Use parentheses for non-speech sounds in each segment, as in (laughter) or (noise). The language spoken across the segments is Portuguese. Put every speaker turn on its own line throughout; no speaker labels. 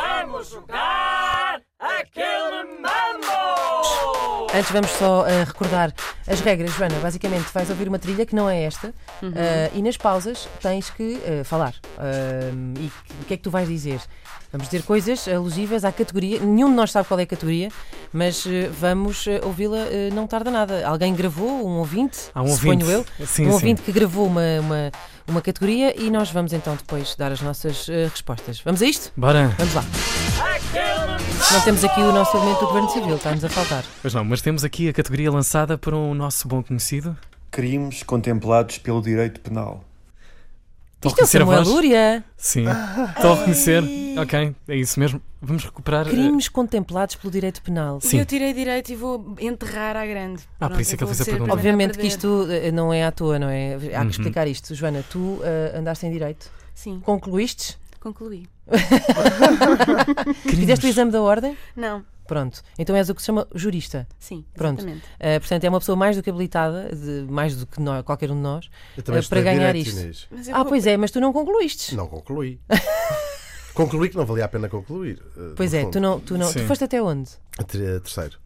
Vamos jogar aquele mambo!
Antes vamos só ah, recordar as regras, Joana. Basicamente vais ouvir uma trilha que não é esta ah, e nas pausas tens que ah, falar. Ah, e que- o que é que tu vais dizer? Vamos dizer coisas alusivas à categoria. Nenhum de nós sabe qual é a categoria, mas eh, vamos eh, ouvi-la eh, não tarda nada. Alguém gravou, um ouvinte,
Há um
suponho
ouvinte.
eu,
Sim,
um
sim.
ouvinte que gravou uma, uma, uma categoria e nós vamos então depois dar as nossas eh, respostas. Vamos a isto?
Bora.
Vamos lá.
Aquele
Não temos aqui o nosso elemento do Governo Civil, está-nos a faltar.
Mas não, mas temos aqui a categoria lançada por um nosso bom conhecido.
Crimes contemplados pelo direito penal.
Estou
Isto é o Samuel Lúria.
Sim. Estou a reconhecer. Ok, é isso mesmo. Vamos recuperar. eh,
Crimes contemplados pelo direito penal.
Sim.
Eu tirei direito e vou enterrar à grande.
Ah, por isso é
eu
que ele
vou
fez a
ser
pergunta.
primeira a
Obviamente que
perder.
isto eh, não é à toa, não é? Há
Uhum.
que explicar isto. Joana, tu eh, andaste em direito.
Sim,
Concluíste?
concluí.
crimes.
Fizeste o exame da ordem?
Não,
Pronto. Então és o que se chama jurista.
sim,
Pronto.
exatamente.
Eh, portanto, é uma pessoa mais do que habilitada, de- mais do que nó- qualquer um de nós,
Eu também
eh, para
estudei
ganhar
direito,
isto.
Inês.
Mas eu
Ah,
vou-
pois é, mas tu não concluíste.
Não concluí. (laughs) concluí que não valia a pena concluir. eh,
Pois
no
é,
fundo.
tu não, Então, tu não. Tu
Sim.
foste até onde?
Ter- eh, Terceiro.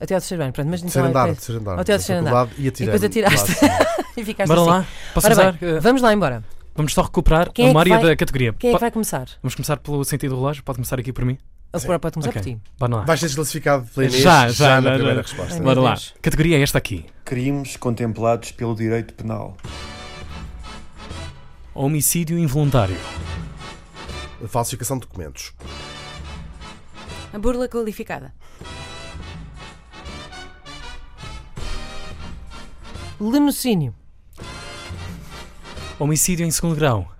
Até ao terceiro ano, pronto, mas
Terceiro
então,
andar,
depois-
terceiro andar.
Ao teu
da
terceiro andar.
faculdade E
E depois
atirei-me
atiraste.
de classe.
(laughs) E ficaste
Bora
assim.
lá. Posso
Ora
usar?
bem,
Eh,
vamos lá embora.
Vamos só recuperar
Quem é que
a memória
vai-
da categoria.
Quem é que
Po-
vai começar?
Vamos começar pelo sentido do relógio. Pode começar aqui por mim.
A Flora pode começar por
Ok.
ti.
Bora lá.
Vais ser desclassificado pela Inês
Já,
já,
já,
na
já,
Ai,
já.
primeira resposta.
meu
Bora lá.
Deus.
Categoria é esta aqui.
Crimes contemplados pelo direito penal.
Homicídio involuntário.
Falsificação de documentos.
A burla qualificada.
Lenocínio.
Homicídio em segundo grau.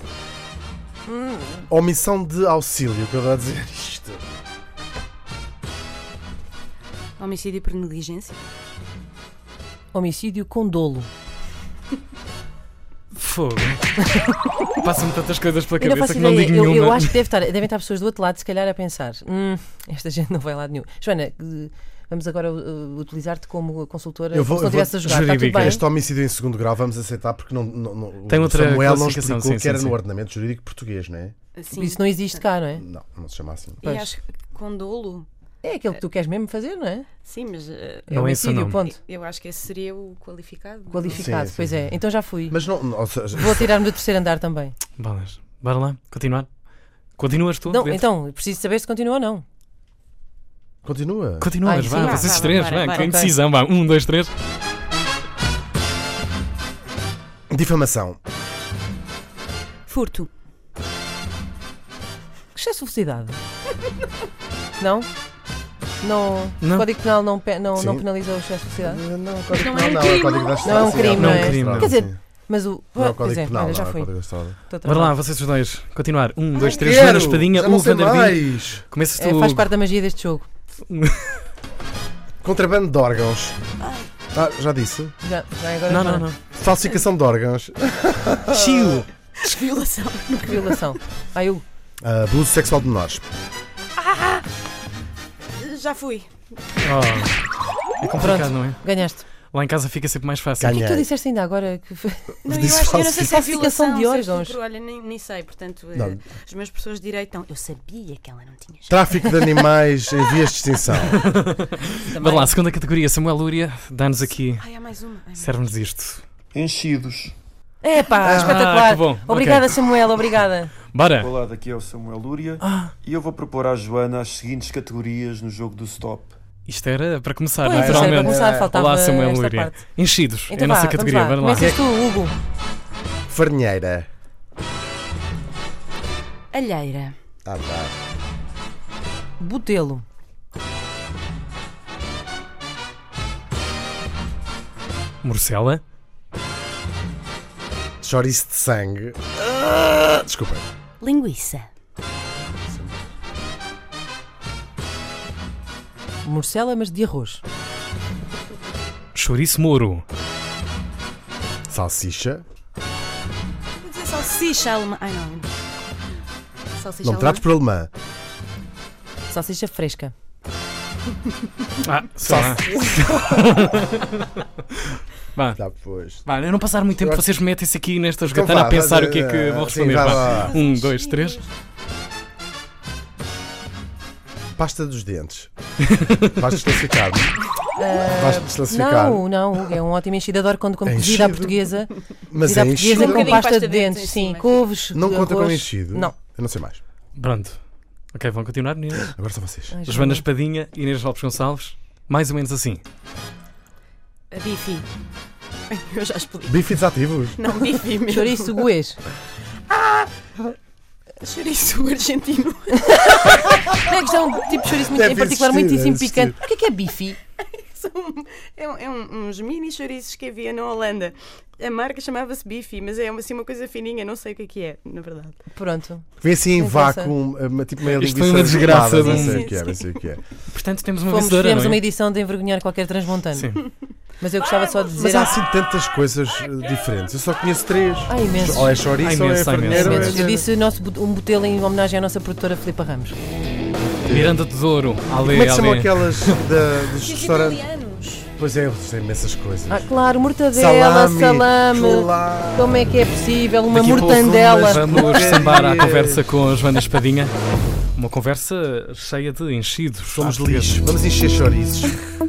Omissão de auxílio, que eu vou dizer é isto.
Homicídio por negligência.
Homicídio com dolo. (laughs)
Fogo. Passam-me tantas coisas pela
Eu não
cabeça
faço
que não
ideia.
digo
Eu, eu
nenhuma.
acho que deve estar- devem estar pessoas do outro lado, se calhar, a pensar: hum, esta gente não vai lá de nenhum. Joana, eh, vamos agora eh, utilizar-te como consultora.
Eu vou-
como se não
eu vou-
estivesse a jogar. Está tudo
jurídica.
bem?
Este homicídio em segundo grau vamos aceitar porque não, não, não,
Tem
o
outra
Samuel não
classificação,
explicou
sim,
que era
sim,
no
sim.
ordenamento jurídico português, não é?
Assim.
Isso não existe cá, não é?
Não, não se chama assim.
E
Pois.
acho que condolo.
É aquilo que tu queres mesmo fazer, não é?
Sim, mas eh,
Não é esse o
homicídio,
nome.
ponto.
eu acho que esse seria o qualificado.
Qualificado,
Sim, sim,
pois é. Então já fui.
Mas não, não, ou seja,
Vou tirar-me do terceiro andar também.
Balas. Bora lá, continuar. Continuas tu?
Não,
Pedro?
então, preciso saber se continua ou não.
continua.
então- Ai,
Continuas,
sim.
vá,
Vá,
vocês
vá,
três,
bora,
vá,
bora,
com
ok.
indecisão, vá. Um, dois, três.
Difamação.
Furto. (laughs)
Excesso de velocidade. não? Não,
Não.
O Código Penal não, pe- não, não
Sim.
penaliza o excesso de velocidade?
Não, código
Não é
penal
um
não,
crime.
código da
Não é um
estrada,
crime,
sim,
não é?
o código da
Quer
Quer
estrada,
dizer,
sim.
mas o.
Não é o
pois
código
é,
penal,
olha, já Ah,
não, é o
fui.
código da estrada.
Estou
Bora lá,
travada.
vocês dois. Continuar. Um, dois, três.
Quero!
Joana Espadinha,
Já não
o
sei
Vanderbilt.
mais.
Começas
É,
tu.
faz parte da magia deste jogo.
Contrabando de órgãos. Ah, já disse.
Já, já agora
Não,
para.
não, não.
Falsificação de órgãos.
Chiu.
Desviolação.
Que violação. Ai, eu.
Ah, abuso sexual de menores.
Já fui.
Oh. É complicado, não é?
Ganhaste.
Lá em casa fica sempre mais fácil.
O que é que tu
Ganhei.
disseste ainda agora? Que foi-
Não, eu
Disse
acho que eu não sei se é
falsificação
violação
de
se é
órgãos.
furto, Olha, nem, nem sei. Portanto, eh,
Não.
os meus professores de direito não. então, Eu sabia que ela não
Então-
tinha. jeito.
Tráfico de animais em vias de extinção.
Bora lá, segunda categoria. Samuel Lúria, dá-nos aqui.
Ai, há mais uma. Ai, meu
Serve-nos isto.
Enchidos.
É
Ah,
pá, espetacular.
que bom.
Obrigada, Samuel, obrigada.
Bora.
Olá, daqui é o Samuel Lúria e eu vou propor à Joana as seguintes categorias no jogo do stop.
Isto era para começar,
Pois, isto era para
naturalmente.
começar,
É.
faltava
Olá, Samuel
esta
Lúria.
parte.
Enchidos. é
Então
a nossa
vá,
categoria. Bora
vamos
lá.
lá.
é
Começas tu, Hugo.
Farinheira.
Deus. Alheira.
Ah, tá.
Botelo.
Morcela.
Chouriço de sangue. Ah, desculpa.
Linguiça.
Morcela, mas de arroz.
Chouriço Mouro.
Salsicha.
Vou dizer salsicha alemã. Ai não. Salsicha
Não me trates por alemã.
Salsicha fresca.
Ah, sei
Tá.
lá. (laughs) Vá.
Já Tá, pois.
Vá, eu não passar muito tempo, vocês metem-se aqui nesta
Então
jogatana
vá,
a pensar
vá,
o que é que
eh,
vou
sim,
responder.
vá,
Vá.
vá, vá.
Um, dois, três.
Pasta dos dentes. (laughs) Vais desclassificar. Vais desclassificar.
Não, não, Hugo, é um ótimo enchidador quando como cozida à
Enchido.
portuguesa.
mas
cozida
é
à portuguesa
Um
enchido.
com
bocadinho de
pasta de dentes,
em
sim,
cima.
couves.
Não conta com
arroz.
enchido.
Não.
Eu não sei mais.
Pronto. Ok, vão continuar, meninas.
Agora são vocês.
Ai,
Joana Espadinha, Inês Lopes Gonçalves. Mais ou menos assim.
A bifi. Eu já explico.
Bifes ativos.
Não, bifi mesmo.
(laughs)
Chouriço goês.
Chouriço argentino. (laughs)
Não é questão de tipo de chouriço muito,
Deve
em particular
existir,
muitíssimo
deve
picante. O que é que é bifi?
São- É, um- é um- uns mini chouriços que havia na Holanda. A marca chamava-se bifi, mas é uma- assim uma coisa fininha, não sei o que é que é, na verdade.
Pronto.
Vem assim em
Não pensa.
vácuo, uma- tipo meia
Isto
linguiça.
foi uma desgraça
enrolada,
de
Não
um-
sei o que é, não sei o que é.
Portanto, temos uma
Fomos,
vencedora.
tivemos
não
uma
é?
edição de envergonhar qualquer transmontano.
Sim.
Mas eu gostava só de
Mas
dizer.
há
a-
assim tantas coisas eh, diferentes. Eu só conheço três.
Há imensos.
Ou é chouriço,
Há
ou é
imensos, há
farinheiro, ou é...
Eu disse o nosso bo- um botelo em homenagem à nossa produtora Filipa Ramos.
Miranda Tesouro. Ale,
Como é que se chamam
ale.
aquelas da, dos restaurantes?
italianos.
Pois é, eles têm imensas coisas.
Ah, claro, mortadela, salame.
claro.
Como é que é possível? Uma
Daqui a pouco
mortandela.
nós Vamos sambar à
Yeah.
conversa com a Joana Espadinha. Uma conversa cheia de enchidos.
Somos
à portuguesa.
lixo. Vamos encher chouriços.